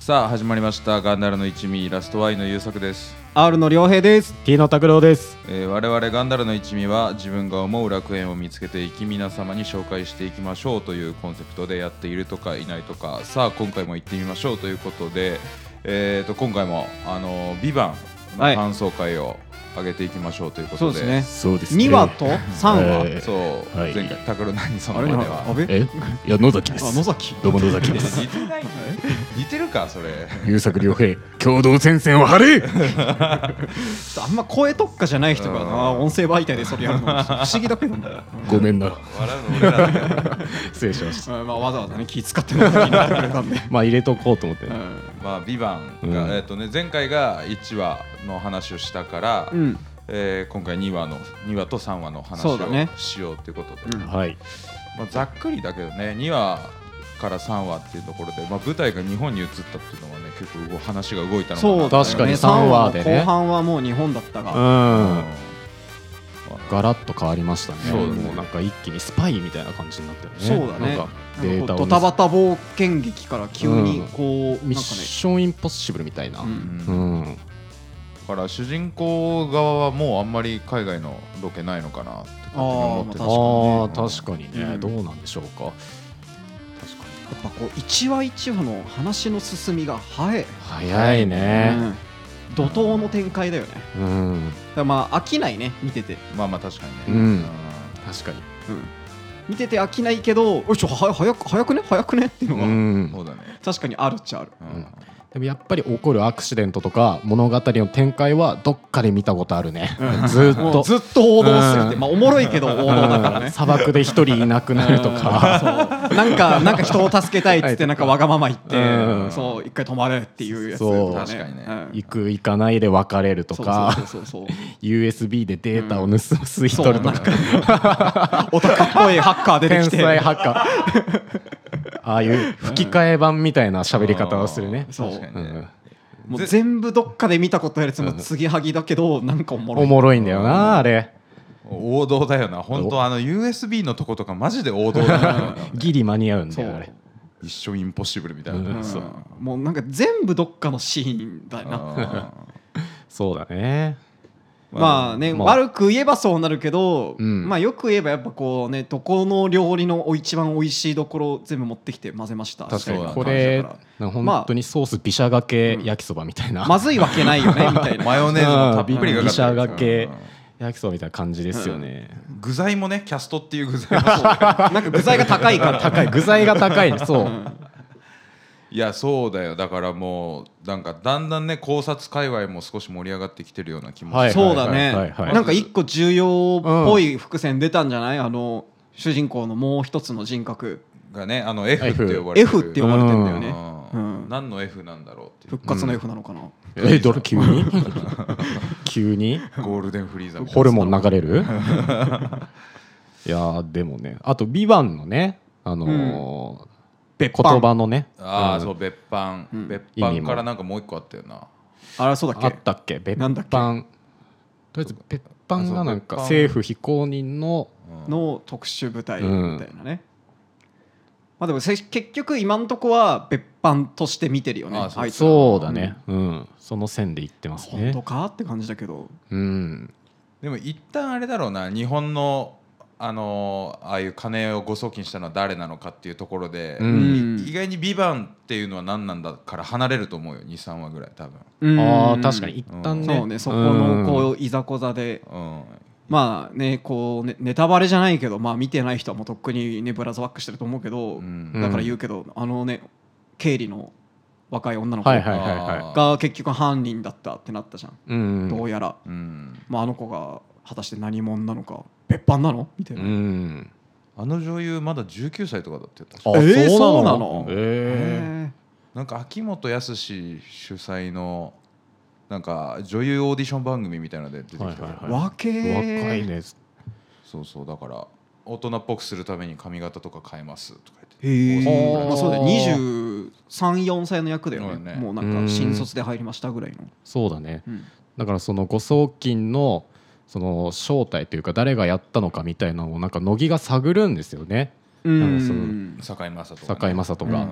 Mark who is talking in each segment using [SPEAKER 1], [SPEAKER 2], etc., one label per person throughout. [SPEAKER 1] さあ始まりましたガンダルの一味ラストワインの優作です、
[SPEAKER 2] R の良平です。
[SPEAKER 3] T の拓郎です。
[SPEAKER 1] えー我々ガンダルの一味は自分が思う楽園を見つけていき皆様に紹介していきましょうというコンセプトでやっているとかいないとかさあ今回も行ってみましょうということで、えー、と今回も「あのビバン
[SPEAKER 2] は
[SPEAKER 1] の
[SPEAKER 2] い
[SPEAKER 1] 感想会を上げていきましょうということ
[SPEAKER 2] そう
[SPEAKER 1] で、
[SPEAKER 2] ですね。
[SPEAKER 3] そうで
[SPEAKER 2] 2話と3話。
[SPEAKER 3] え
[SPEAKER 1] そう、
[SPEAKER 3] はい
[SPEAKER 1] 前回タクル何その
[SPEAKER 2] あ
[SPEAKER 1] ま
[SPEAKER 2] れ
[SPEAKER 1] で
[SPEAKER 2] な
[SPEAKER 1] は
[SPEAKER 2] 安倍
[SPEAKER 3] え、いや野崎です。
[SPEAKER 2] あ野崎
[SPEAKER 3] どうも野崎
[SPEAKER 1] 似
[SPEAKER 3] です。
[SPEAKER 1] てない似てるかそれ
[SPEAKER 3] 優作良平、共同戦線を張れ。
[SPEAKER 2] あんま声特化じゃない人がな音声媒体でそれやる の不思議だけどね
[SPEAKER 3] ごめんな。
[SPEAKER 1] 笑うの俺らだけど
[SPEAKER 3] 失礼しまし
[SPEAKER 2] う
[SPEAKER 3] た。
[SPEAKER 2] んまあわざわざね気使ってるのになってくれたん で
[SPEAKER 3] まあ入れとこうと思って
[SPEAKER 2] う。ん
[SPEAKER 1] まあ、ビバンが、
[SPEAKER 3] うん
[SPEAKER 1] えっ、とね、前回が1話の話をしたから、
[SPEAKER 2] うん
[SPEAKER 1] えー今回2話の2話と3話の話
[SPEAKER 2] そう
[SPEAKER 1] を
[SPEAKER 2] だね
[SPEAKER 1] しようっていうことで、
[SPEAKER 2] うん
[SPEAKER 3] はい。
[SPEAKER 1] まあ、ざっくりだけどね2話から3話っていうところで、まあ、舞台が日本に移ったっていうのはね結構動話が動いたのかな
[SPEAKER 2] そうだよね
[SPEAKER 3] 確かに
[SPEAKER 2] 3話
[SPEAKER 3] 三話で
[SPEAKER 2] の
[SPEAKER 3] ね
[SPEAKER 2] 後半はもう日本だった
[SPEAKER 3] うん。
[SPEAKER 2] が
[SPEAKER 3] ガ
[SPEAKER 1] うん
[SPEAKER 3] ラッと変わりましたね。
[SPEAKER 1] そうだね
[SPEAKER 3] もうなんか一気にスパイみたいな感じになったよね。
[SPEAKER 2] そうだね
[SPEAKER 3] なんかデ
[SPEAKER 2] なん
[SPEAKER 3] ータ
[SPEAKER 2] か
[SPEAKER 3] を
[SPEAKER 2] こうドタバタ冒険劇から急に
[SPEAKER 3] うん
[SPEAKER 2] こうなん
[SPEAKER 3] ミッ
[SPEAKER 2] かね
[SPEAKER 3] ションインポッシブルみたいな。
[SPEAKER 2] う
[SPEAKER 3] うん
[SPEAKER 1] うん
[SPEAKER 3] ん。
[SPEAKER 1] だから主人公側はもうあんまり海外のロケないのかなって勝手に思って
[SPEAKER 2] あ
[SPEAKER 1] た
[SPEAKER 2] ー
[SPEAKER 3] あ
[SPEAKER 2] ま
[SPEAKER 3] あ
[SPEAKER 1] 確かにね
[SPEAKER 3] ー確かに
[SPEAKER 2] う
[SPEAKER 3] ね。
[SPEAKER 2] ん
[SPEAKER 3] どうなんでしょうか。
[SPEAKER 2] やっぱこう一話一話の話の進みが早い
[SPEAKER 3] 早いね。
[SPEAKER 2] うん怒涛の展開だよね
[SPEAKER 3] うん。
[SPEAKER 2] だからまあ飽きないね見てて
[SPEAKER 1] まあまあ確かに
[SPEAKER 3] う
[SPEAKER 1] ね、
[SPEAKER 3] ん
[SPEAKER 1] うん
[SPEAKER 3] 確かに。
[SPEAKER 2] 見てて飽きないけどおいちょは早く早くね早くねっていうの
[SPEAKER 3] う
[SPEAKER 2] が、
[SPEAKER 3] ん
[SPEAKER 1] そうだね、
[SPEAKER 2] 確かにあるっちゃある
[SPEAKER 1] うん
[SPEAKER 3] うんでもやっぱり起こるアクシデントとか物語の展開はどっかで見たことあるね、ずーっ
[SPEAKER 2] もう
[SPEAKER 3] と
[SPEAKER 2] ずっと王道すぎて、
[SPEAKER 3] うん
[SPEAKER 2] まあおもろいけど王道だから
[SPEAKER 3] うん
[SPEAKER 2] ね
[SPEAKER 3] 砂漠で一人いなくなるとか
[SPEAKER 2] そうなんかなんか人を助けたいっつ ってなんかわがまま言って、
[SPEAKER 3] うん
[SPEAKER 2] そう一回止まれっていうやつ
[SPEAKER 3] そう
[SPEAKER 1] 確かにね
[SPEAKER 2] うん
[SPEAKER 3] 行く行かないで別れるとか
[SPEAKER 2] そうそうそうそう
[SPEAKER 3] USB でデータを盗み
[SPEAKER 2] そ
[SPEAKER 3] 取
[SPEAKER 2] う
[SPEAKER 3] ると
[SPEAKER 2] なん
[SPEAKER 3] か
[SPEAKER 2] かオタクっぽいハッカー出て
[SPEAKER 3] 天
[SPEAKER 2] きて
[SPEAKER 3] 才ハッカ ーああいう吹き替え版みたいな喋り方をするね
[SPEAKER 2] そう
[SPEAKER 1] 確かにね、
[SPEAKER 3] うん
[SPEAKER 2] もう全部どっかで見たことあるやつも継ぎはぎだけどなんかおもろい
[SPEAKER 3] おもろいんだよなあれ
[SPEAKER 1] 王道だよな本当あの USB のとことかマジで王道だな
[SPEAKER 3] ギリ間に合うん
[SPEAKER 2] そ
[SPEAKER 3] だよあ
[SPEAKER 2] う
[SPEAKER 3] れ
[SPEAKER 1] 一生インポッシブルみたいな、
[SPEAKER 3] うん
[SPEAKER 2] うん
[SPEAKER 1] そう
[SPEAKER 2] もうなんか全部どっかのシーンだよな
[SPEAKER 1] あ
[SPEAKER 3] そうだね
[SPEAKER 1] ー
[SPEAKER 2] まあね、
[SPEAKER 3] まあ
[SPEAKER 2] 悪く言えばそうなるけど、
[SPEAKER 3] うん
[SPEAKER 2] まあよく言えばやっぱこうねどこの料理のお一番美味しいところを全部持ってきて混ぜました
[SPEAKER 1] 確かに
[SPEAKER 2] みたいな
[SPEAKER 3] こ
[SPEAKER 2] 感じだ
[SPEAKER 3] れ
[SPEAKER 2] から
[SPEAKER 3] な本当にソースびしゃがけ焼きそばみたいな
[SPEAKER 2] まずいわけないよねみた いな
[SPEAKER 1] マヨネーズもたっぷりかかってる
[SPEAKER 3] うん医者がけ
[SPEAKER 1] うん
[SPEAKER 3] 焼きそばみたいな感じですよね、
[SPEAKER 1] 具材もねキャストっていう具材も
[SPEAKER 2] なんか具材が高い から
[SPEAKER 3] 高い具材が高 いねそう、
[SPEAKER 1] いやそうだよだからもうなんかだんだんね考察界隈も少し盛り上がってきてるような気も
[SPEAKER 3] は
[SPEAKER 1] す
[SPEAKER 3] い
[SPEAKER 1] る
[SPEAKER 2] そうだね、
[SPEAKER 3] はいはいはい
[SPEAKER 2] なんか一個重要っぽい伏線出たんじゃない、あの主人公のもう一つの人格
[SPEAKER 1] がねあの F って
[SPEAKER 3] F
[SPEAKER 1] 呼ばれてる
[SPEAKER 2] F って呼ばれてんだよね、
[SPEAKER 1] う
[SPEAKER 2] うん
[SPEAKER 1] ん何の F なんだろうっていう
[SPEAKER 2] 復活の F なのかな、
[SPEAKER 3] え どれ急に急に
[SPEAKER 1] ゴールデンフリーザみたいな
[SPEAKER 3] ホルモン流れ るいやーでもねあと「ビバンのねあのー
[SPEAKER 2] 別
[SPEAKER 3] 言
[SPEAKER 2] 班
[SPEAKER 3] 葉のね
[SPEAKER 1] ああ
[SPEAKER 3] うん
[SPEAKER 1] そう別班
[SPEAKER 2] うん
[SPEAKER 1] 別
[SPEAKER 3] 意味
[SPEAKER 1] 班
[SPEAKER 3] も
[SPEAKER 1] からなんかもう一個あったよな
[SPEAKER 2] あれそうだ
[SPEAKER 3] あ
[SPEAKER 2] っ
[SPEAKER 3] っ
[SPEAKER 2] け
[SPEAKER 3] たっけ別
[SPEAKER 2] なん
[SPEAKER 3] 班
[SPEAKER 2] だっけ
[SPEAKER 3] とりあえず別班がなんか
[SPEAKER 1] あそう別班
[SPEAKER 3] 政府非公認の
[SPEAKER 1] うん
[SPEAKER 2] の特殊部隊みたいなね、まあでもせ結局今のとこは別班として見てるよね
[SPEAKER 1] あそう
[SPEAKER 2] あいつら
[SPEAKER 3] そうだねうんその線で言ってます
[SPEAKER 2] 本
[SPEAKER 3] ね
[SPEAKER 2] 当かって感じだけど
[SPEAKER 3] うん
[SPEAKER 1] でも一旦あれだろうな日本のあのーああいう金を誤送金したのは誰なのかっていうところで、
[SPEAKER 3] うん
[SPEAKER 1] 意外に「ビバンっていうのは何なんだから離れると思うよ23話ぐらい多分、
[SPEAKER 3] ああ確かに一旦ね
[SPEAKER 2] そうねそこの
[SPEAKER 3] うん
[SPEAKER 2] こういざこざで
[SPEAKER 1] うん、
[SPEAKER 2] まあねこうねネタバレじゃないけどまあ見てない人はもうとっくにねブラザーワックしてると思うけど、
[SPEAKER 1] うん
[SPEAKER 2] だから言うけどあのね経理の若い女の子
[SPEAKER 3] はいはい
[SPEAKER 1] あー
[SPEAKER 2] が結局犯人だったってなったじゃん、
[SPEAKER 3] うん
[SPEAKER 2] どうやら、
[SPEAKER 1] うん、
[SPEAKER 2] まあ、あの子が果たして何者なのか別班なのみたいな、
[SPEAKER 3] うん
[SPEAKER 1] あの女優まだ19歳とかだって言った
[SPEAKER 3] あ
[SPEAKER 2] えーそうなのへ
[SPEAKER 3] え
[SPEAKER 2] え
[SPEAKER 1] なんか秋元康主催のなんか女優オーディション番組みたいなので出てきた、
[SPEAKER 3] はいはいはい
[SPEAKER 2] 若
[SPEAKER 3] え
[SPEAKER 2] え
[SPEAKER 3] 若いね
[SPEAKER 1] そうそうだから大人っぽくするために髪型とか変えますとか
[SPEAKER 2] へ
[SPEAKER 1] 言って
[SPEAKER 2] え
[SPEAKER 3] あー
[SPEAKER 2] まあそうだよ234歳の役だよ
[SPEAKER 1] そう
[SPEAKER 2] ね
[SPEAKER 1] だね
[SPEAKER 2] もうなんか新卒で入りましたぐらいの、
[SPEAKER 3] そうだね
[SPEAKER 2] うん
[SPEAKER 3] だからその誤送金のその正体というか誰がやったのかみたいなのをなんか乃木が探るんですよね
[SPEAKER 2] う
[SPEAKER 3] なんかそ
[SPEAKER 2] ん
[SPEAKER 1] 堺雅人
[SPEAKER 3] 堺雅人
[SPEAKER 2] が
[SPEAKER 3] なん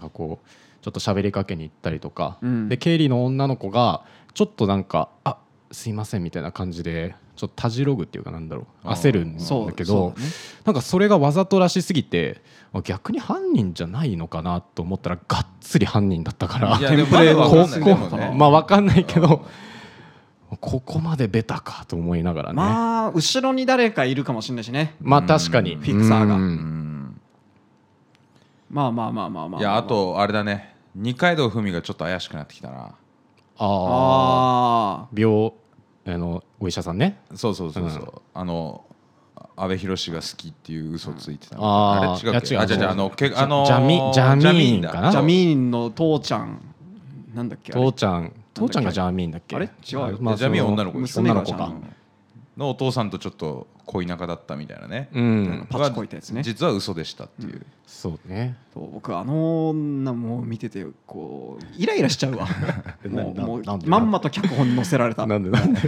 [SPEAKER 3] かこうちょっと喋りかけに行ったりとか、
[SPEAKER 2] うん
[SPEAKER 3] で経理の女の子がちょっとなんか「あすいません」みたいな感じでちょっとたじろぐっていうかなんだろう
[SPEAKER 1] あー
[SPEAKER 3] 焦るん
[SPEAKER 2] そう
[SPEAKER 3] だけ
[SPEAKER 2] そ
[SPEAKER 3] ど
[SPEAKER 2] うだね
[SPEAKER 3] なんかそれがわざとらしすぎてあ逆に犯人じゃないのかなと思ったらがっつり犯人だったから
[SPEAKER 1] いやでも
[SPEAKER 2] テンプレ
[SPEAKER 1] まだわかんない
[SPEAKER 2] 高校
[SPEAKER 1] でもね
[SPEAKER 3] まあわかんないけどここまでベタかと思いながらね、まあ
[SPEAKER 2] まあ後ろに誰かいるかもしれないしね
[SPEAKER 3] 確かに
[SPEAKER 1] うん
[SPEAKER 2] フィクサーが
[SPEAKER 3] う
[SPEAKER 1] うんん
[SPEAKER 2] まあまあまあまあまあ
[SPEAKER 1] いやあとあれだね二階堂ふみがちょっと怪しくなってきたな
[SPEAKER 3] ああ
[SPEAKER 2] あ
[SPEAKER 3] 病あのお医者さんね
[SPEAKER 1] そうそうそうそう、
[SPEAKER 3] うん
[SPEAKER 1] あの阿部寛が好きっていう嘘ついてたの、
[SPEAKER 3] あー
[SPEAKER 1] あれ違うっけ
[SPEAKER 3] いや
[SPEAKER 1] あ
[SPEAKER 3] 違う
[SPEAKER 1] じゃあじゃああのけ
[SPEAKER 3] ジャ
[SPEAKER 1] あのー
[SPEAKER 3] ジャミジャミーンかな
[SPEAKER 2] あ
[SPEAKER 1] ジ
[SPEAKER 2] ジャ
[SPEAKER 1] ャミーンだ
[SPEAKER 2] ミーンの父ちゃんなんだっけあれ
[SPEAKER 3] 父ちゃん父ちゃんがジャーミーンだっけ
[SPEAKER 2] あれ違うよ
[SPEAKER 1] でジャミーンは女の子でしょ
[SPEAKER 2] 娘が
[SPEAKER 3] 女の子
[SPEAKER 2] ジ
[SPEAKER 3] か
[SPEAKER 2] ャミーン
[SPEAKER 1] のお父さんとちょっと恋仲だったみたいなね、
[SPEAKER 3] うん
[SPEAKER 2] パチこいたやつね
[SPEAKER 1] 実は嘘でしたっていう、
[SPEAKER 3] そうね
[SPEAKER 2] そう僕あの女もう見ててこうイライラしちゃう わもう
[SPEAKER 3] な
[SPEAKER 2] もう
[SPEAKER 3] なんで
[SPEAKER 2] まんまと脚本に載せられたも
[SPEAKER 3] なんでなんで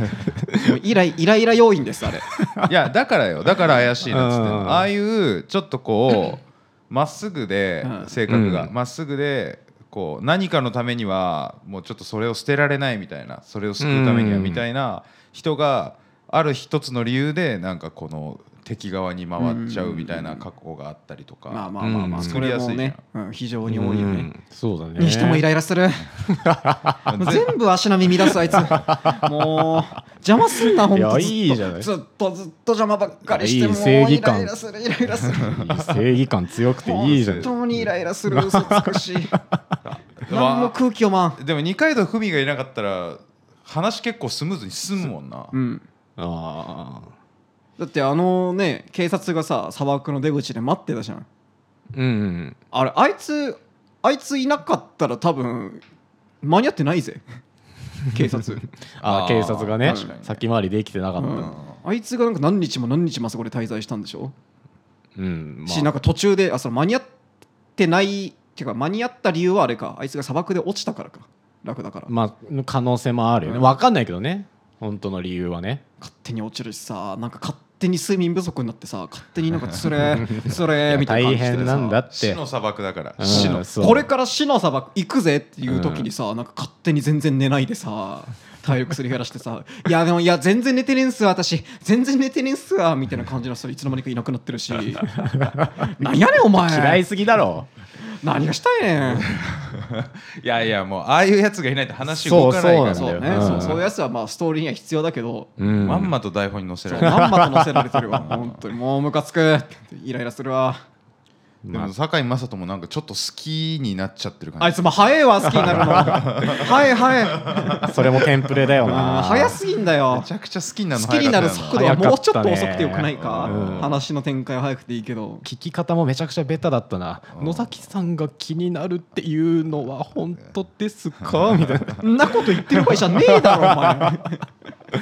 [SPEAKER 2] うイライイライラ要因ですあれ
[SPEAKER 1] いやだからよだから怪しいなっつってん
[SPEAKER 3] うん
[SPEAKER 1] のああいうちょっとこうまっすぐで
[SPEAKER 2] うん
[SPEAKER 1] 性格が
[SPEAKER 3] うん
[SPEAKER 1] まっすぐでこう何かのためにはもうちょっとそれを捨てられないみたいなそれを救うためには
[SPEAKER 3] うん
[SPEAKER 1] みたいな人がある一つの理由でなんかこの敵側に回っちゃうみたいな過去があったりとか
[SPEAKER 2] まあまあまあまあ、
[SPEAKER 3] うん
[SPEAKER 2] それも
[SPEAKER 1] 作りや
[SPEAKER 2] ね
[SPEAKER 1] すい、
[SPEAKER 2] うん、非常に多いよね、
[SPEAKER 3] うんそうだね
[SPEAKER 2] にしてもイライラするもう 全部足並み乱すあいつもう邪魔すんなほんとずっと
[SPEAKER 3] いやいいじゃない
[SPEAKER 2] ずっとずっと邪魔ばっかりして
[SPEAKER 3] い
[SPEAKER 2] も
[SPEAKER 3] いう正義感
[SPEAKER 2] イライラするイライラする
[SPEAKER 3] 正義感強くていいじゃ
[SPEAKER 2] 本
[SPEAKER 3] ん
[SPEAKER 2] 当にイライラする嘘つくし何も空気読まん
[SPEAKER 1] でも二階堂ふみがいなかったら話結構スムーズに進むもんな
[SPEAKER 2] うん
[SPEAKER 3] ああ
[SPEAKER 2] だってあのね警察がさ砂漠の出口で待ってたじゃん
[SPEAKER 3] うん
[SPEAKER 2] あれあいつあいついなかったら多分間に合ってない ぜ警察
[SPEAKER 3] あ
[SPEAKER 1] あー
[SPEAKER 3] ー警察がね
[SPEAKER 1] 確かに
[SPEAKER 3] 先回りできてなかっ
[SPEAKER 2] う
[SPEAKER 3] た
[SPEAKER 2] んあいつがなんか何日も何日もあそこで滞在したんでしょ、
[SPEAKER 3] うんまあ
[SPEAKER 2] しなんか途中であその間に合ってないっていうか間に合った理由はあれかあいつが砂漠で落ちたからか楽だから、
[SPEAKER 3] まあ可能性もあるよね分かんないけどね本当の理由はね
[SPEAKER 2] 勝手に落ちるしさなんか勝手に睡眠不足になってさ勝手になんかつ れつれみたいな
[SPEAKER 3] 大
[SPEAKER 2] 感じでさ
[SPEAKER 3] 変なんだっ
[SPEAKER 1] 死
[SPEAKER 3] て
[SPEAKER 1] の砂漠だから
[SPEAKER 3] うん
[SPEAKER 1] 死の
[SPEAKER 3] そう
[SPEAKER 2] これから死の砂漠行くぜっていう時にさ、なんか勝手に全然寝ないでさ体力すり減らしてさ「いやでもいや全然寝てねえんすわ私全然寝てねえんすわ」みたいな感じの人いつの間にかいなくなってる し何やねんお前
[SPEAKER 3] 嫌いすぎだろ
[SPEAKER 2] 何がしたいねん
[SPEAKER 1] いやいやもうああいうやつがいないと話動かないから
[SPEAKER 3] そ
[SPEAKER 2] そうう
[SPEAKER 3] なんだ
[SPEAKER 2] ね、
[SPEAKER 3] よ
[SPEAKER 2] そううんそういうやつはまあストーリーには必要だけど、
[SPEAKER 3] うん
[SPEAKER 1] まんまと台本に載せ
[SPEAKER 2] そう
[SPEAKER 1] られる
[SPEAKER 2] まんまと乗せられてるわ本当にもうムカつくイライラするわ
[SPEAKER 1] でも堺雅人もなんかちょっと好きになっちゃってる
[SPEAKER 2] あ
[SPEAKER 1] 感
[SPEAKER 2] い
[SPEAKER 1] じ
[SPEAKER 2] つも早いわ好きになる のはいはい
[SPEAKER 3] それもテンプレだよ
[SPEAKER 2] うん
[SPEAKER 3] な
[SPEAKER 2] 早すぎんだよ
[SPEAKER 1] めちゃくちゃ好きになる
[SPEAKER 2] 好
[SPEAKER 1] の
[SPEAKER 2] きになる速度はもうちょっと遅くてよくな
[SPEAKER 1] 早
[SPEAKER 2] い
[SPEAKER 1] か
[SPEAKER 2] か、
[SPEAKER 1] ったね
[SPEAKER 3] うん
[SPEAKER 2] 話の展開は早くていいけど
[SPEAKER 3] 聞き方もめちゃくちゃベタだったな野崎さんが気になるっていうのは本当ですかみたいな
[SPEAKER 2] んなこと言ってる場合じゃねえだろ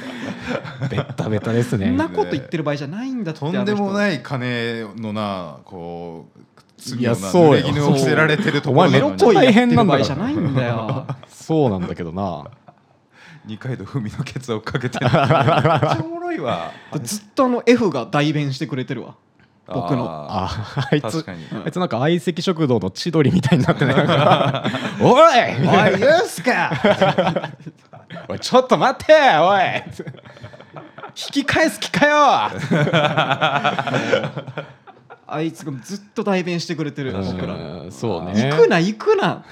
[SPEAKER 3] ベタベタです
[SPEAKER 2] お前ん
[SPEAKER 3] ね
[SPEAKER 2] なこと言ってる場合じゃないんだって
[SPEAKER 1] とんでもないい金のなこう次
[SPEAKER 3] いや
[SPEAKER 1] の
[SPEAKER 3] そう
[SPEAKER 1] な
[SPEAKER 3] よ
[SPEAKER 1] 濡れ衣を着せられてるところな
[SPEAKER 3] め
[SPEAKER 1] の
[SPEAKER 3] っ
[SPEAKER 1] に
[SPEAKER 3] ちゃ
[SPEAKER 2] 大
[SPEAKER 3] 大
[SPEAKER 2] 変な
[SPEAKER 3] 変なんん
[SPEAKER 2] だ
[SPEAKER 3] だ
[SPEAKER 2] じゃないんだよ
[SPEAKER 3] そうなんだけどな
[SPEAKER 1] 二階堂ふみのケツをかけてるめっちゃおもろいわ
[SPEAKER 2] ずっとあの F が代弁してくれてるわ僕の
[SPEAKER 1] あ
[SPEAKER 3] ああ
[SPEAKER 1] ー
[SPEAKER 3] い
[SPEAKER 1] 確
[SPEAKER 3] つ
[SPEAKER 1] かに
[SPEAKER 3] あいつなんか相席食堂の千鳥みたいになって ないかおい
[SPEAKER 2] おいユースか
[SPEAKER 3] おいちょっと待っておい引き返す気かよ
[SPEAKER 2] あいつがずっと代弁してくれてる僕ら
[SPEAKER 3] うんそうね
[SPEAKER 2] 行くな行くな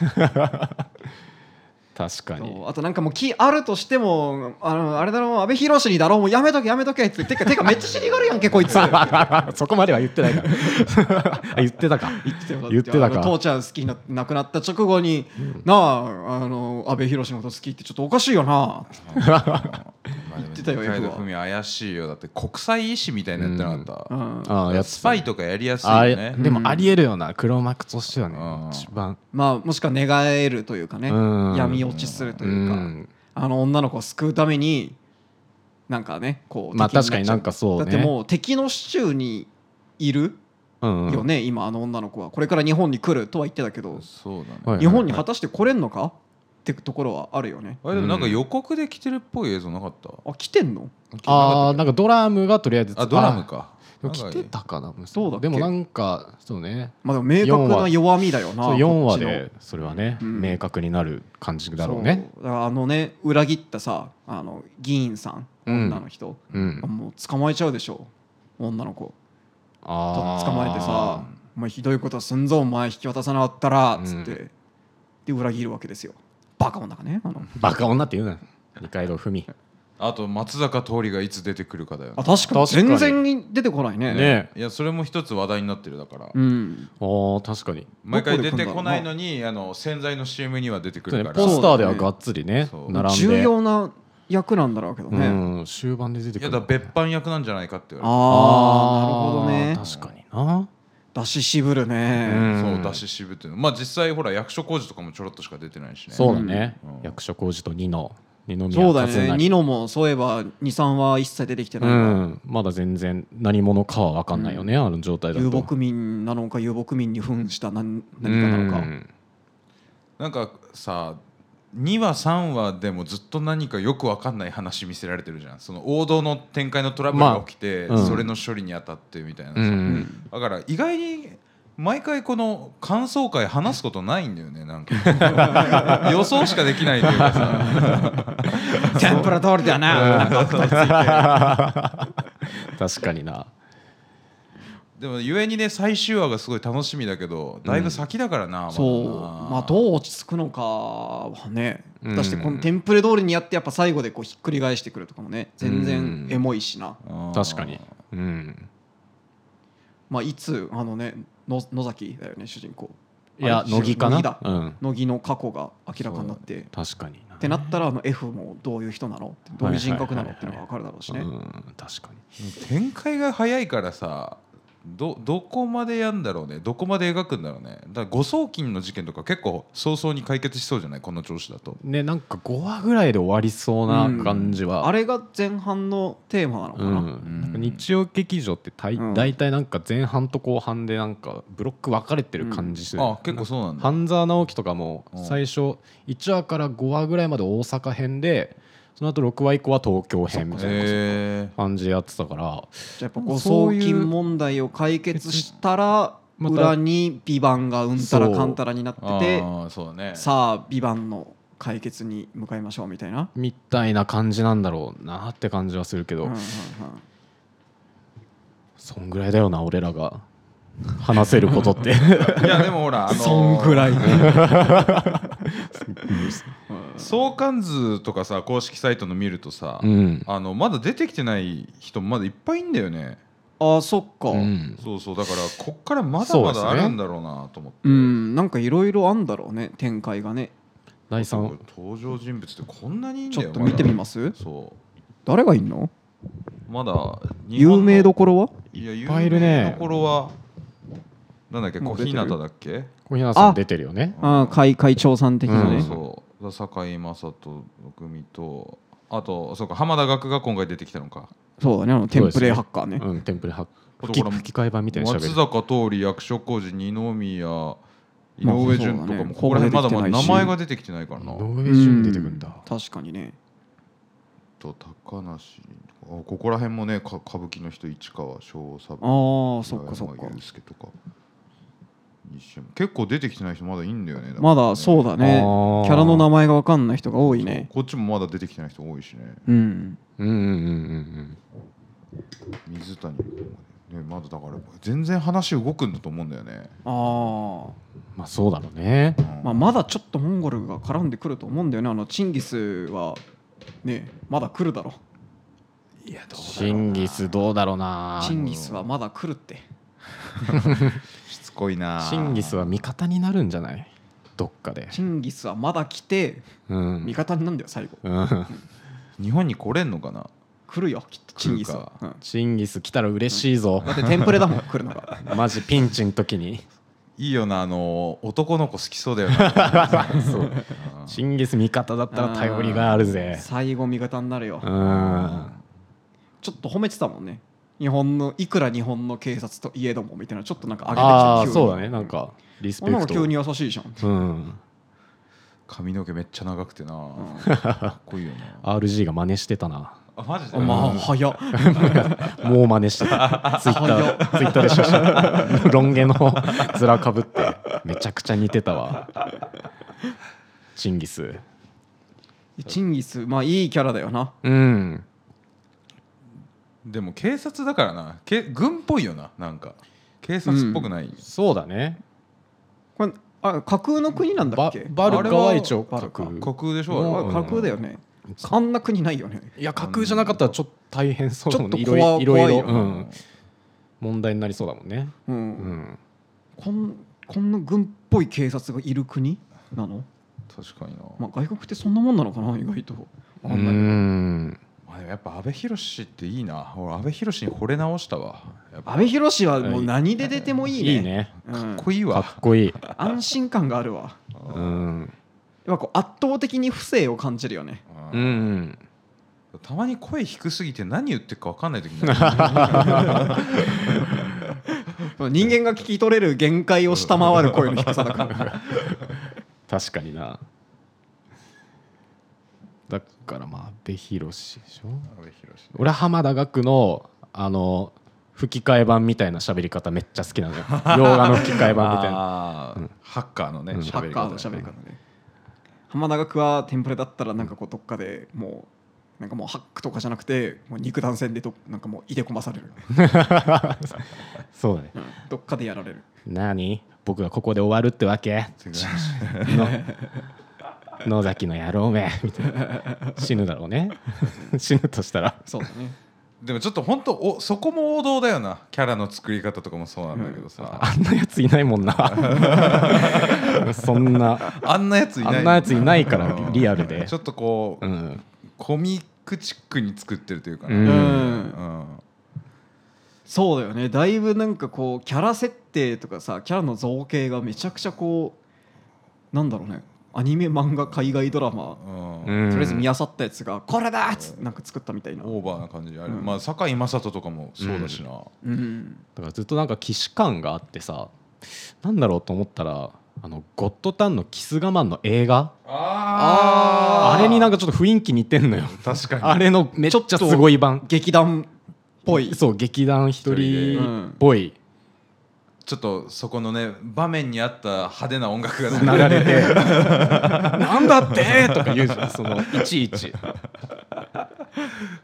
[SPEAKER 3] 確かに
[SPEAKER 2] そうあとなんかもう気あるとしてもあのあれだろう阿部寛にだろうもうやめとけやめとけっててかてかめっちゃ尻があるやんけこいつ
[SPEAKER 3] そこまでは言ってないから あ言ってたか
[SPEAKER 2] 言ってたよ
[SPEAKER 3] 言ってた
[SPEAKER 2] あの父
[SPEAKER 3] か
[SPEAKER 2] ちゃん好きになって亡くなった直後に、なああの安倍寛のこと好きってちょっとおかしいよな
[SPEAKER 1] 言
[SPEAKER 2] ってたよ
[SPEAKER 1] 二階
[SPEAKER 2] F
[SPEAKER 1] 堂
[SPEAKER 2] は
[SPEAKER 1] ふみ怪しいよだって国際医師みたいになってなかった、
[SPEAKER 2] うん
[SPEAKER 3] ああやつ
[SPEAKER 1] スパイとかやりやすい
[SPEAKER 3] あ
[SPEAKER 1] よ
[SPEAKER 3] れ
[SPEAKER 1] ね
[SPEAKER 3] で
[SPEAKER 2] う
[SPEAKER 3] も
[SPEAKER 2] ん
[SPEAKER 3] ありえるよな黒幕としてはね
[SPEAKER 1] うん
[SPEAKER 3] 一番
[SPEAKER 2] まあもしくは寝返るというかね
[SPEAKER 3] うん
[SPEAKER 2] 闇落ちすると
[SPEAKER 3] う
[SPEAKER 2] いうか
[SPEAKER 3] ん
[SPEAKER 2] あの女の子を救うためになんかねこう
[SPEAKER 3] まあ
[SPEAKER 2] 敵に
[SPEAKER 3] 確かに
[SPEAKER 2] な
[SPEAKER 3] な
[SPEAKER 2] っ
[SPEAKER 3] ん
[SPEAKER 2] ちゃ
[SPEAKER 3] かそう
[SPEAKER 2] だ
[SPEAKER 3] ね
[SPEAKER 2] ってもう敵の市中にいる
[SPEAKER 3] うんうん
[SPEAKER 2] よね、今あの女の子はこれから日本に来るとは言ってたけど
[SPEAKER 1] そうだね
[SPEAKER 3] はい
[SPEAKER 2] 日本に果たして来れんのか、ってくところはあるよね
[SPEAKER 1] あれでもなんか予告で来てるっぽい映像なかった、
[SPEAKER 2] あ来てんの
[SPEAKER 3] ああなんかドラムがとりあえず
[SPEAKER 1] あドラムか
[SPEAKER 3] あ来てたかな
[SPEAKER 2] そうだっけ
[SPEAKER 3] でもなんかそうね
[SPEAKER 2] まあでも明確な弱みだよな
[SPEAKER 3] そう4
[SPEAKER 2] こっ
[SPEAKER 3] 話
[SPEAKER 2] ちの
[SPEAKER 3] でそれはね、
[SPEAKER 2] うん
[SPEAKER 3] 明確になる感じだろうね
[SPEAKER 2] そうだからあのね裏切ったさあの議員さん
[SPEAKER 3] うん
[SPEAKER 2] 女の人、
[SPEAKER 3] うん
[SPEAKER 2] もう捕まえちゃうでしょ女の子と
[SPEAKER 3] あー
[SPEAKER 2] 捕まえてさ「お前ひどいことすんぞお前引き渡さなかったら」
[SPEAKER 3] うん
[SPEAKER 2] つって、で裏切るわけですよバカ女がねあの
[SPEAKER 3] バカ女って言うな二階堂ふみね
[SPEAKER 1] あと松坂桃李がいつ出てくるかだよ
[SPEAKER 2] あ
[SPEAKER 1] ね
[SPEAKER 2] 確かに
[SPEAKER 3] 確かに
[SPEAKER 2] 全然出てこないね
[SPEAKER 3] え
[SPEAKER 1] いやそれも一つ話題になってるだから、
[SPEAKER 2] うん
[SPEAKER 3] あー確かに
[SPEAKER 1] 毎回出てこないのにあの洗剤の CM には出てくる
[SPEAKER 3] ね
[SPEAKER 1] から
[SPEAKER 3] ポスターではがっつりね
[SPEAKER 1] そう
[SPEAKER 3] 並んで
[SPEAKER 2] 重要な役なんだろうけどね、
[SPEAKER 3] うん終盤で出て
[SPEAKER 1] い
[SPEAKER 3] く
[SPEAKER 1] や
[SPEAKER 3] る
[SPEAKER 1] だから別班役なんじゃないかって言われて
[SPEAKER 2] ああなるほどね
[SPEAKER 3] 確かにな
[SPEAKER 2] 出し渋る
[SPEAKER 3] う
[SPEAKER 2] ね、
[SPEAKER 3] ん
[SPEAKER 1] そう出し渋っていうのまあ実際ほら役所工事とかもちょろっとしか出てないしね
[SPEAKER 3] そうだね
[SPEAKER 1] うん
[SPEAKER 3] 役所広司と二の二宮
[SPEAKER 2] そうだ
[SPEAKER 3] 和也
[SPEAKER 2] ねニノもそういえば23は一切出てきてな
[SPEAKER 3] う
[SPEAKER 2] いわ
[SPEAKER 3] んまだ全然何者かは分かんないよねあの状態だと
[SPEAKER 2] 遊牧民なのか遊牧民に扮した何何かなのか、
[SPEAKER 3] うん
[SPEAKER 1] なんかさ2話3話でもずっと何かよく分かんない話見せられてるじゃんその王道の展開のトラブルが起きて、
[SPEAKER 3] まあうん
[SPEAKER 1] それの処理に当たってみたいなさ、
[SPEAKER 3] うん
[SPEAKER 1] だから意外に毎回この感想会話すことないんだよねなんか 予想しかできないというかさ
[SPEAKER 2] 天ぷら通りだななんか
[SPEAKER 3] 確かにな
[SPEAKER 1] でもゆえにね最終話がすごい楽しみだけどだいぶ先だからな、まだな
[SPEAKER 2] そうまあどう落ち着くのかはね
[SPEAKER 3] うん
[SPEAKER 2] 出してこのテンプレ通りにやってやっぱ最後でこうひっくり返してくるとかもね全然エモいしな
[SPEAKER 1] あー
[SPEAKER 3] 確かにうん
[SPEAKER 2] まあいつあのねの野崎だよね主人公
[SPEAKER 3] いや
[SPEAKER 2] あれ
[SPEAKER 3] 乃木か
[SPEAKER 2] 乃
[SPEAKER 3] な
[SPEAKER 2] 木だ
[SPEAKER 3] うん
[SPEAKER 2] 乃木の過去が明らかになって
[SPEAKER 3] 確かにな
[SPEAKER 2] ってなったらあの F もどういう人なのってどういう人格なの
[SPEAKER 3] はいは
[SPEAKER 2] って
[SPEAKER 3] いはいはい
[SPEAKER 2] いうのが分かるだろうし
[SPEAKER 3] う
[SPEAKER 2] ね
[SPEAKER 3] ん確かに
[SPEAKER 1] 展開が早いからさどどこまでやんだろうねどこまで描くんだろうねだから誤送金の事件とか結構早々に解決しそうじゃないこの調子だと
[SPEAKER 3] ねなんか5話ぐらいで終わりそうな感じは
[SPEAKER 2] あれが前半のテーマなのか
[SPEAKER 3] う、
[SPEAKER 2] なん
[SPEAKER 3] なんか日曜劇場って大,、
[SPEAKER 2] うん
[SPEAKER 3] 大体なんか前半と後半でなんかブロック分かれてる感じする、
[SPEAKER 1] あ結構そうなんだ
[SPEAKER 3] 半沢直樹とかも
[SPEAKER 1] うん
[SPEAKER 3] 最初1話から5話ぐらいまで大阪編でその後6話以降は東京編みたいな
[SPEAKER 1] へえ
[SPEAKER 3] 感じでやってたから
[SPEAKER 2] じゃあやっぱ誤
[SPEAKER 3] そ
[SPEAKER 2] 送
[SPEAKER 3] ういう
[SPEAKER 2] 金問題を解決したら
[SPEAKER 3] また
[SPEAKER 2] 裏に「ビバンがうんたらかんたらになって
[SPEAKER 1] あ
[SPEAKER 2] て
[SPEAKER 1] ーそうだね
[SPEAKER 2] さあ「ビバンの解決に向かいましょうみたいな。
[SPEAKER 3] みたいな感じなんだろうなって感じはするけど、
[SPEAKER 2] うんうんうん
[SPEAKER 3] そんぐらいだよな俺らが話せることって
[SPEAKER 1] いやでもほらあのー
[SPEAKER 2] らいね。
[SPEAKER 1] 相関図とかさ公式サイトの見るとさ、
[SPEAKER 3] うん
[SPEAKER 1] あのまだ出てきてない人まだいっぱいいんだよね
[SPEAKER 2] ああそっか。
[SPEAKER 3] う
[SPEAKER 2] うん
[SPEAKER 3] ん
[SPEAKER 1] そうそうだからこっからまだま
[SPEAKER 3] そう
[SPEAKER 1] だ
[SPEAKER 3] です
[SPEAKER 1] あ
[SPEAKER 3] ね
[SPEAKER 1] るんだろうなと思って、
[SPEAKER 2] なんかいろいろあんだろうね展開がね。
[SPEAKER 3] 第3
[SPEAKER 1] 登場人物ってこんなにいいん
[SPEAKER 2] ち
[SPEAKER 1] だ
[SPEAKER 2] ょ
[SPEAKER 1] よ
[SPEAKER 2] っと見てみますす。
[SPEAKER 1] そう
[SPEAKER 2] 誰がいんの？
[SPEAKER 1] まだ日本
[SPEAKER 2] 有
[SPEAKER 1] の
[SPEAKER 2] 名どころは？
[SPEAKER 1] いや
[SPEAKER 3] いっぱいいるね
[SPEAKER 1] 有名どころはなんだっけ
[SPEAKER 2] も
[SPEAKER 1] 小
[SPEAKER 2] う出て
[SPEAKER 1] 日
[SPEAKER 2] る
[SPEAKER 1] 向だっけ
[SPEAKER 3] 小日向さん出てるよね
[SPEAKER 2] ああ会会長さん的な
[SPEAKER 1] そ
[SPEAKER 3] ん
[SPEAKER 1] う
[SPEAKER 2] ね。
[SPEAKER 1] そうだ堺井雅人組とあとそうか浜田岳が今回出てきたのか
[SPEAKER 2] そうだねあのテンプレハッカーね。
[SPEAKER 3] うん、テンプレハッ
[SPEAKER 1] あと
[SPEAKER 3] 吹き
[SPEAKER 1] ほら
[SPEAKER 3] 吹き替え版みたいに喋
[SPEAKER 1] 松
[SPEAKER 3] る
[SPEAKER 1] 坂桃李役所広司二宮井
[SPEAKER 2] まあ
[SPEAKER 1] 上潤とか
[SPEAKER 2] そうだ
[SPEAKER 1] も
[SPEAKER 2] ね
[SPEAKER 1] ここら辺まだまだ
[SPEAKER 2] ここ
[SPEAKER 1] 名
[SPEAKER 2] 出てきてな
[SPEAKER 1] 前が出てきてな
[SPEAKER 2] いし
[SPEAKER 1] いからな
[SPEAKER 3] ノーウェージュン出てくんだ
[SPEAKER 2] う確かにね。
[SPEAKER 1] と高梨あここら辺もねか歌舞伎の人市川翔三
[SPEAKER 2] ああそっかそっか
[SPEAKER 1] 平。山祐介とか西山結構出てきてない人まだいいんだよね
[SPEAKER 2] まだそう
[SPEAKER 1] だからね
[SPEAKER 2] だね
[SPEAKER 3] あ。ー
[SPEAKER 2] キャラの名前がわかんない人が多いね。
[SPEAKER 1] こっちもまだ出てきてない人多いしね
[SPEAKER 2] うん。
[SPEAKER 3] うんうんうんうん
[SPEAKER 1] 水谷君もねねまだだから全然話動くんだと思うんだよね、
[SPEAKER 2] ああ。
[SPEAKER 3] まあそうだろうね
[SPEAKER 1] うん
[SPEAKER 2] まあ、まだちょっとモンゴルが絡んでくると思うんだよねあのチンギスはねまだ来るだろ
[SPEAKER 1] いやど
[SPEAKER 3] チンギスどうだろうな
[SPEAKER 2] チンギスはまだ来るって
[SPEAKER 1] しつこいな
[SPEAKER 3] チンギスは味方になるんじゃないどっかで
[SPEAKER 2] チンギスはまだ来て
[SPEAKER 3] うん
[SPEAKER 2] 味方になんだよ最後
[SPEAKER 3] うん
[SPEAKER 1] 日本に来れんのかな
[SPEAKER 2] 来るよきっとチンギスは、うん
[SPEAKER 3] チンギス来たら嬉しいぞ
[SPEAKER 2] だってテンプレだもん来るの が
[SPEAKER 3] マジピンチの時に
[SPEAKER 1] いいよなあの男の子好きそうだよな
[SPEAKER 3] そう
[SPEAKER 1] うん
[SPEAKER 3] チンギス味方だったら頼りがあるぜ
[SPEAKER 2] 最後味方になるよ
[SPEAKER 3] うん
[SPEAKER 2] ちょっと褒めてたもんね日本のいくら日本の警察といえどもみたいなちょっとなんか上げてきた
[SPEAKER 3] ああ
[SPEAKER 2] 急に
[SPEAKER 3] そうだねなんかリスペ
[SPEAKER 2] 女の
[SPEAKER 3] ク
[SPEAKER 2] 子
[SPEAKER 3] ト
[SPEAKER 2] 急に優しいじゃん
[SPEAKER 3] うん
[SPEAKER 1] 髪の毛めっちゃ長くてな、かっこいいよね
[SPEAKER 3] RG が真似してたな
[SPEAKER 1] あマジで
[SPEAKER 2] あまあ早っ
[SPEAKER 3] もう真似して たツイッターツイッターで写真ロン毛の面かぶってめちゃくちゃ似てたわチンギス
[SPEAKER 2] チンギスまあいいキャラだよな
[SPEAKER 3] うん
[SPEAKER 1] でも警察だからなけ軍っぽいよななんか警察っぽくない、
[SPEAKER 3] そうだね
[SPEAKER 2] これあ架空の国なんだっけ
[SPEAKER 3] ババルカは一応
[SPEAKER 2] あれは
[SPEAKER 3] 架空
[SPEAKER 1] 架空でしょあれ
[SPEAKER 2] あ
[SPEAKER 1] は
[SPEAKER 2] 架空だよねあんな国ないよね
[SPEAKER 3] いや架空じゃなかったらちょっと大変そうだもんね
[SPEAKER 2] ちょっと
[SPEAKER 3] いろい
[SPEAKER 2] 怖
[SPEAKER 3] ろいろいろ
[SPEAKER 2] 怖
[SPEAKER 3] う
[SPEAKER 2] いよ
[SPEAKER 3] ん問題になりそうだもんね
[SPEAKER 2] う
[SPEAKER 3] うんん
[SPEAKER 2] こんこんな軍っぽい警察がいる国なの
[SPEAKER 1] 確かにな、
[SPEAKER 2] まあ外国ってそんなもんなのかな意外とあ
[SPEAKER 3] う
[SPEAKER 2] なに
[SPEAKER 3] んん
[SPEAKER 1] まあ、でもやっぱ阿部寛っていいな俺阿部寛に惚れ直したわやっぱ
[SPEAKER 2] 阿部寛はもう何で出てもいいね
[SPEAKER 3] いいね
[SPEAKER 2] うん
[SPEAKER 1] かっこいい
[SPEAKER 3] か
[SPEAKER 1] わ
[SPEAKER 3] っこいい
[SPEAKER 2] 安心感があるわ
[SPEAKER 1] う
[SPEAKER 3] うんん
[SPEAKER 2] やっぱこう圧倒的に不正を感じるよね
[SPEAKER 1] うん
[SPEAKER 3] うん
[SPEAKER 1] たまに声低すぎて何言ってるか分かんない時に なる
[SPEAKER 2] 人間が聞き取れる限界を下回る声の低さだから
[SPEAKER 3] 確かになだからまあ阿部寛でしょ
[SPEAKER 1] 阿部寛
[SPEAKER 3] 俺は浜田岳のあの吹き替え版みたいな喋り方めっちゃ好きな のよ洋画の吹き替え版みたいな
[SPEAKER 1] あー
[SPEAKER 3] うん
[SPEAKER 1] ハッカーのね、
[SPEAKER 3] うん
[SPEAKER 2] ハ
[SPEAKER 1] 喋
[SPEAKER 2] ッ
[SPEAKER 1] り
[SPEAKER 2] カ
[SPEAKER 1] 方
[SPEAKER 2] ーの喋り方ね浜長くはテンプレだったらなんかこうどっかでもうなんかもうハックとかじゃなくてもう肉弾戦でどなんかもういでこまされる、
[SPEAKER 3] そうだね
[SPEAKER 2] うんどっかでやられる
[SPEAKER 3] 何僕がここで終わるってわけの野崎の野郎めみたいな死ぬだろうね 死ぬとしたら
[SPEAKER 2] そうだね
[SPEAKER 1] でもちょっと本当おそこも王道だよなキャラの作り方とかもそうなんだけどさ、
[SPEAKER 3] あんなやついないもんな そんな
[SPEAKER 1] あんなやついない
[SPEAKER 3] あんなやついないから
[SPEAKER 1] うん
[SPEAKER 3] リアルで
[SPEAKER 1] ちょっとこう、
[SPEAKER 3] うん
[SPEAKER 1] コミックチックに作ってるというかね、
[SPEAKER 3] うん
[SPEAKER 1] うん
[SPEAKER 2] そうだよねだいぶなんかこうキャラ設定とかさキャラの造形がめちゃくちゃこうなんだろうねアニメ漫画海外ドラマ
[SPEAKER 1] うん
[SPEAKER 3] うん
[SPEAKER 2] とりあえず見あさったやつが「これだ!」っつってなんか作ったみたいな、
[SPEAKER 1] オーバーな感じあれ、
[SPEAKER 2] うん
[SPEAKER 1] まあ堺雅人とかもそうだしな、
[SPEAKER 2] うん、
[SPEAKER 3] だからずっとなんか既視感があってさなんだろうと思ったらあのゴッドタンのキス我慢の映画
[SPEAKER 1] あ
[SPEAKER 3] あれになん
[SPEAKER 1] か
[SPEAKER 3] かちょっと雰囲気似てんのよ
[SPEAKER 1] 確かに
[SPEAKER 3] あれのめっちゃすごい版
[SPEAKER 2] 劇団っぽい、
[SPEAKER 3] そう劇団一
[SPEAKER 1] 一
[SPEAKER 3] 人
[SPEAKER 2] 人
[SPEAKER 3] っぽい
[SPEAKER 1] ちょっとそこのね場面に合った派手な音楽が
[SPEAKER 3] 流れて「 なんだって!」とか言うじゃんそのいちいち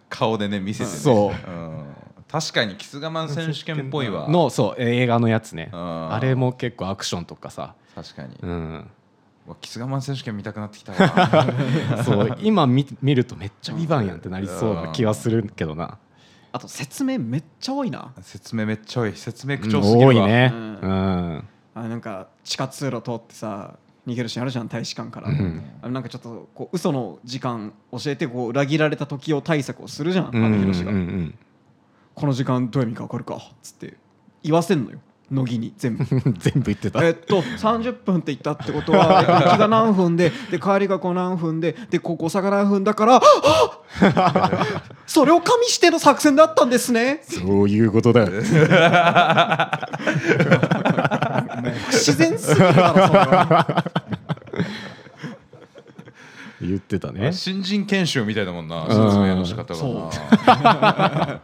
[SPEAKER 1] 顔でね見せてね
[SPEAKER 3] そ
[SPEAKER 1] うん確かにキス我慢選手権っぽいわ
[SPEAKER 3] のそう映画のやつね
[SPEAKER 1] うん
[SPEAKER 3] あれも結構アクションとかさ
[SPEAKER 1] 確かに、
[SPEAKER 3] うん
[SPEAKER 1] うわキス我慢選手権見たくなってきたわ
[SPEAKER 3] そう今見見るとめっちゃ「ビバンやんってなりそうな気はするけどな
[SPEAKER 2] あと説明めっちゃ多いな
[SPEAKER 1] 説明めっちゃ多い説明
[SPEAKER 3] う
[SPEAKER 1] 口
[SPEAKER 3] ん
[SPEAKER 1] 調すぎる
[SPEAKER 3] 多
[SPEAKER 1] わ
[SPEAKER 3] いね
[SPEAKER 2] う
[SPEAKER 3] うんん
[SPEAKER 2] あなんか地下通路通ってさ逃げるシーンあるじゃん大使館から、
[SPEAKER 3] うん
[SPEAKER 2] あなんかちょっとこう嘘の時間教えてこう裏切られた時を対策をするじゃん阿部
[SPEAKER 3] うんうん
[SPEAKER 2] 寛
[SPEAKER 3] う
[SPEAKER 2] が、
[SPEAKER 3] ん
[SPEAKER 2] この時間どういう意味か分かるかっつって言わせんのよ乃木に全部
[SPEAKER 3] 全部言って た
[SPEAKER 2] えっと30分って言ったってこと はえ行きが何分でで帰りがこう何分ででここ差が何分だ からああそれを加味しての作戦だったんですね
[SPEAKER 3] そういうことだよ
[SPEAKER 2] 自然すぎるだろそれは
[SPEAKER 3] 言ってたね
[SPEAKER 1] 新人研修みたいだもんな
[SPEAKER 3] うん
[SPEAKER 1] 説明の仕方がな
[SPEAKER 2] そ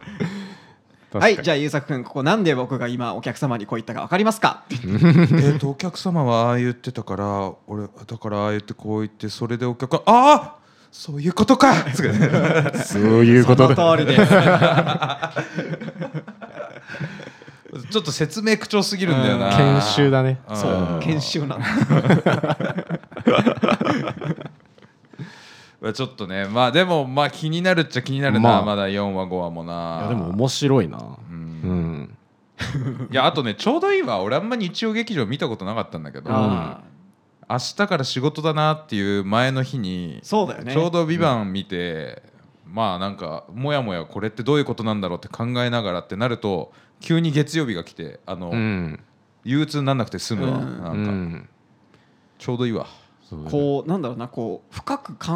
[SPEAKER 2] は
[SPEAKER 3] 確
[SPEAKER 2] い
[SPEAKER 3] かに
[SPEAKER 2] じゃあ優作君ここなんで僕が今お客様にこう言ったか分かりますか
[SPEAKER 1] えっとお客様はああ言ってたから俺だからああ言ってこう言ってそれでお客ああそういうことかつって
[SPEAKER 3] そういうことだ
[SPEAKER 2] その通りです
[SPEAKER 1] ちょっと説明口調すぎるんだよな
[SPEAKER 3] 研修だね
[SPEAKER 1] うん
[SPEAKER 2] そう研修なんだ
[SPEAKER 1] ちょっとねまあでもまあ気になるっちゃ気になるな、
[SPEAKER 3] ま
[SPEAKER 1] ま
[SPEAKER 3] あ
[SPEAKER 1] だ4話5話もない
[SPEAKER 3] やでも面白いな
[SPEAKER 1] う
[SPEAKER 3] うんん
[SPEAKER 1] いやあとねちょうどいいわ俺あんま日曜劇場見たことなかったんだけど明
[SPEAKER 2] あ
[SPEAKER 1] 日から仕事だなっていう前の日に
[SPEAKER 2] ーそうだよね
[SPEAKER 1] ちょうど「ビバン見て、まあなんかもやもやこれってどういうことなんだろうって考えながらってなると急に月曜日が来てあの、
[SPEAKER 3] うん
[SPEAKER 1] 憂鬱になんなくて済むわ、
[SPEAKER 2] うん
[SPEAKER 1] な
[SPEAKER 3] うん
[SPEAKER 1] か、
[SPEAKER 3] ん
[SPEAKER 1] ちょうどいいわ
[SPEAKER 3] そう
[SPEAKER 2] こうなんだろうなこう深く考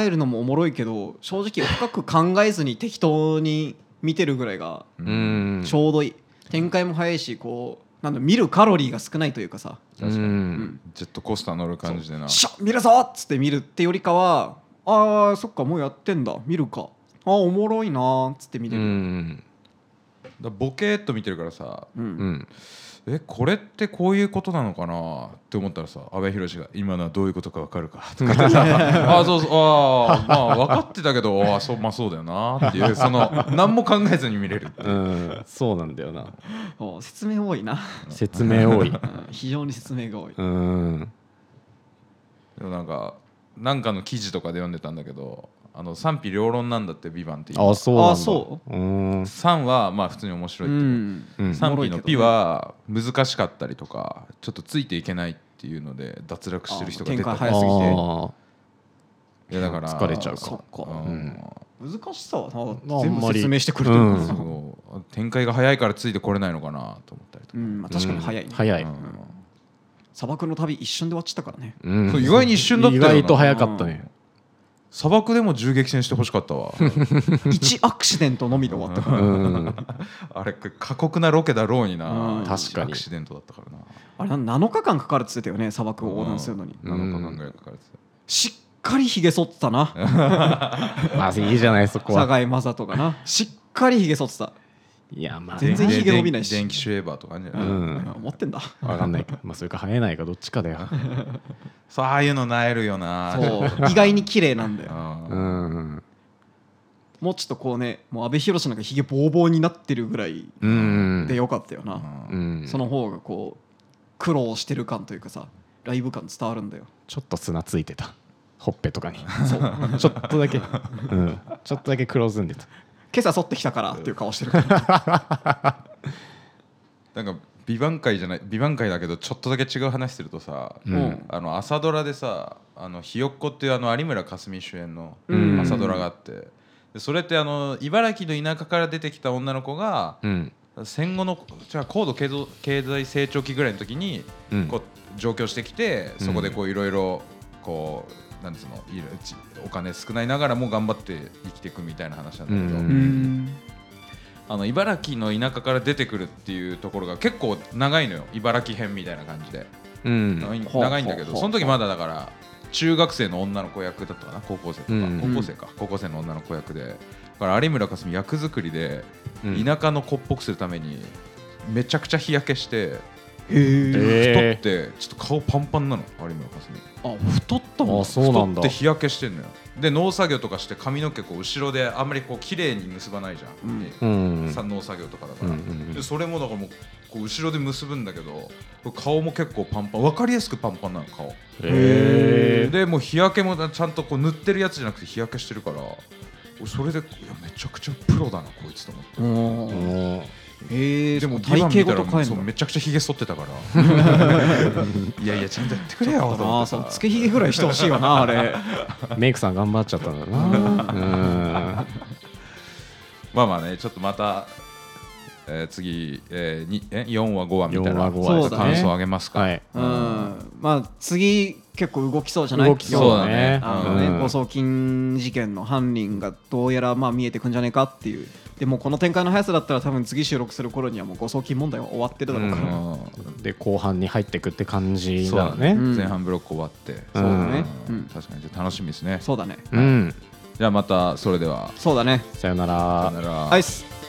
[SPEAKER 2] えるのもおもろいけど正直深く考えずに適当に見てるぐらいが
[SPEAKER 1] う
[SPEAKER 3] うん
[SPEAKER 2] ちょうどいい、展開も早いしこうなんだ見るカロリーが少ないというかさ
[SPEAKER 1] 確か
[SPEAKER 3] う
[SPEAKER 1] に
[SPEAKER 3] ん
[SPEAKER 1] ジェットコースター乗る感じでな
[SPEAKER 2] しょ見るぞっつって見るってよりかはあーそっかもうやってんだ見るかあーおもろいなーっつって見
[SPEAKER 3] う
[SPEAKER 2] れる、
[SPEAKER 3] ん
[SPEAKER 1] だボケーっと見てるからさ
[SPEAKER 2] うん
[SPEAKER 3] うん
[SPEAKER 1] えこれってこういうことなのかなって思ったらさ阿部寛が今のはどういうことか分か るかとか言ってさあそうそうあーまあ分かってたけどあーそうまあそうだよなっていう その何も考えずに見れるっていう
[SPEAKER 3] うんそうなんだよな
[SPEAKER 2] お説明多いな、
[SPEAKER 3] 説明多い
[SPEAKER 2] うん非常に説明が多い、
[SPEAKER 3] うん
[SPEAKER 1] でもなんかなんかの記事とかで読んでたんだけどあの賛否両論なんだって「ビバンっていう
[SPEAKER 3] あそうなんだ
[SPEAKER 2] あそう
[SPEAKER 3] ーん
[SPEAKER 1] 賛はまあ普通に面白
[SPEAKER 2] う
[SPEAKER 1] いっていう、
[SPEAKER 2] ん、
[SPEAKER 3] うん
[SPEAKER 1] 賛否の「ピ」は難しかったりとかちょっとついていけないっていうので脱落してる人が出た
[SPEAKER 2] あー展開早すぎて
[SPEAKER 3] あー
[SPEAKER 1] いやだから
[SPEAKER 3] 疲れちゃうか
[SPEAKER 2] そっか
[SPEAKER 1] うん
[SPEAKER 3] うん
[SPEAKER 2] 難しさは
[SPEAKER 3] まあ
[SPEAKER 2] な
[SPEAKER 3] あ
[SPEAKER 2] 全
[SPEAKER 3] んま
[SPEAKER 2] 部
[SPEAKER 3] り
[SPEAKER 2] 説明してくれてるんですよ、うん
[SPEAKER 1] そう展開が早いからついてこれないのかなと思ったりとか、
[SPEAKER 2] まあ、確かに早い、ね
[SPEAKER 3] うん早い
[SPEAKER 1] うん
[SPEAKER 2] 砂漠の旅一瞬で終わっちゃったからね
[SPEAKER 3] うん
[SPEAKER 1] そう意外に一瞬だったよな
[SPEAKER 3] 意外と早かったね
[SPEAKER 1] 砂漠でも銃撃戦してほしかったわ
[SPEAKER 2] 1アクシデントのみで終わったから、
[SPEAKER 3] うん
[SPEAKER 1] あれ過酷なロケだろうにな、
[SPEAKER 2] うん
[SPEAKER 3] 確か
[SPEAKER 1] ア
[SPEAKER 3] に
[SPEAKER 1] クシデントだったからな
[SPEAKER 2] あれな7日間かかるっつってたよね砂漠を横断するのに、
[SPEAKER 3] うん
[SPEAKER 1] 7日間ぐらいかかる
[SPEAKER 2] しっかりひげ剃ってたな
[SPEAKER 3] まあいいじゃないそこは
[SPEAKER 2] 堺雅人がなしっかりひげ剃ってた、
[SPEAKER 3] いやまあ
[SPEAKER 2] 全然
[SPEAKER 1] で
[SPEAKER 2] ひげ伸びないし
[SPEAKER 1] 電電気シュエーバーとかあるんじゃ
[SPEAKER 2] う
[SPEAKER 1] ない、
[SPEAKER 3] うん
[SPEAKER 2] ん、持ってんだ
[SPEAKER 3] わかんないけどまあそれか生えないかどっちかだよ
[SPEAKER 1] そうああいうのなえるよな
[SPEAKER 2] そう意外に綺麗なんだよ
[SPEAKER 1] あ
[SPEAKER 3] う
[SPEAKER 1] ー
[SPEAKER 3] ん
[SPEAKER 2] もうちょっとこうねもう阿部寛なんかひげボーボーになってるぐらい
[SPEAKER 3] うん
[SPEAKER 2] でよかったよ
[SPEAKER 1] う
[SPEAKER 2] な、
[SPEAKER 1] ん
[SPEAKER 3] うん
[SPEAKER 2] その方がこう苦労してる感というかさライブ感伝わるんだよ
[SPEAKER 3] ちょっと砂ついてたほっぺとかにそう ちょっとだけ、うん、ちょっとだけ黒ずんでた
[SPEAKER 2] 今朝剃ってきたからっていう顔してるから
[SPEAKER 1] なんか美版会じゃない美版会だけどちょっとだけ違う話するとさ、
[SPEAKER 3] うん
[SPEAKER 2] うん
[SPEAKER 1] あの朝ドラでさ「あのひよっこ」っていうあの有村架純主演の
[SPEAKER 2] うん
[SPEAKER 1] 朝ドラがあって、でそれってあの茨城の田舎から出てきた女の子が
[SPEAKER 3] うん
[SPEAKER 1] 戦後のじゃあ高度経済経済成長期ぐらいの時に
[SPEAKER 3] うん
[SPEAKER 1] こう上京してきて
[SPEAKER 3] うん
[SPEAKER 1] そこでこういろいろこうなんつうのいろいろちお金少ないながらも頑張って生きていくみたいな話なんだけど、
[SPEAKER 3] うん
[SPEAKER 2] うん
[SPEAKER 1] あの茨城の田舎から出てくるっていうところが結構長いのよ茨城編みたいな感じで、
[SPEAKER 3] うん
[SPEAKER 1] 長い
[SPEAKER 2] ほう
[SPEAKER 1] 長いんだけ
[SPEAKER 2] ほう
[SPEAKER 1] ど
[SPEAKER 2] ほう
[SPEAKER 1] その時まだだから中学生の女の子役だったかな高校生とか、
[SPEAKER 3] うん
[SPEAKER 1] 高校生か高校生の女の子役でだから有村架純役作りで
[SPEAKER 3] うん
[SPEAKER 1] 田舎の子っぽくするためにめちゃくちゃ日焼けして
[SPEAKER 2] へえ
[SPEAKER 1] 太
[SPEAKER 3] え
[SPEAKER 1] ってちょっと顔パンパンなの有村架純
[SPEAKER 2] あ太ったもん
[SPEAKER 3] あそうなん
[SPEAKER 1] 太
[SPEAKER 3] だ
[SPEAKER 1] って日焼けしてんのよで農作業とかして髪の毛こう後ろであんまりこう綺麗に結ばないじゃん、
[SPEAKER 2] うん
[SPEAKER 3] ー、うん
[SPEAKER 1] さ農作業とかだから、
[SPEAKER 3] うんうんうん
[SPEAKER 1] でそれもだからもうこう後ろで結ぶんだけど顔も結構パンパン分かりやすくパンパンなの顔
[SPEAKER 3] えー、
[SPEAKER 1] でもう日焼けもちゃんとこう塗ってるやつじゃなくて日焼けしてるから俺それでいやめちゃくちゃプロだなこいつと思って。
[SPEAKER 2] おー
[SPEAKER 3] も
[SPEAKER 2] へえ
[SPEAKER 1] でも
[SPEAKER 2] 体
[SPEAKER 1] ビバ
[SPEAKER 2] 型
[SPEAKER 1] ン見
[SPEAKER 2] ごと
[SPEAKER 1] たら
[SPEAKER 2] 変
[SPEAKER 1] そう
[SPEAKER 2] えん
[SPEAKER 1] め
[SPEAKER 2] だ
[SPEAKER 1] ちゃくちゃひげ剃ってたからいやいやちゃんとやってくれよと
[SPEAKER 2] あ
[SPEAKER 1] 思っ
[SPEAKER 2] ー
[SPEAKER 1] て
[SPEAKER 2] そう
[SPEAKER 1] さ
[SPEAKER 2] つけひげぐらいしてほしいよ なあれ
[SPEAKER 3] うメイクさん頑張っちゃったんだな
[SPEAKER 1] まあまあねちょっとまた、えー次、えー、にえ4話5話みたい
[SPEAKER 3] 4
[SPEAKER 1] な
[SPEAKER 3] 話5話
[SPEAKER 2] そうだね
[SPEAKER 1] 感想あげます
[SPEAKER 3] うん
[SPEAKER 1] か、
[SPEAKER 3] はい
[SPEAKER 2] うんまあ次結構動きそうじゃない
[SPEAKER 3] 動きそうだね
[SPEAKER 2] あのね、
[SPEAKER 3] うん
[SPEAKER 2] 誤送金事件の犯人がどうやらまあ見えてくんじゃねえかっていうでもうこの展開の速さだったら多分次収録する頃にはもう誤送金問題は終わってるだろうから、
[SPEAKER 1] う
[SPEAKER 3] で後半に入ってくって感じ
[SPEAKER 1] そう
[SPEAKER 3] だね
[SPEAKER 2] うん
[SPEAKER 1] 前半ブロック終わって、
[SPEAKER 3] うん
[SPEAKER 2] そうだね、
[SPEAKER 1] う
[SPEAKER 2] うんん、
[SPEAKER 1] 確かにじゃあ楽しみですね
[SPEAKER 2] そうだね
[SPEAKER 3] うん
[SPEAKER 1] じゃあまたそれでは
[SPEAKER 2] そうだね
[SPEAKER 3] さよなら
[SPEAKER 1] さよなら
[SPEAKER 2] アイス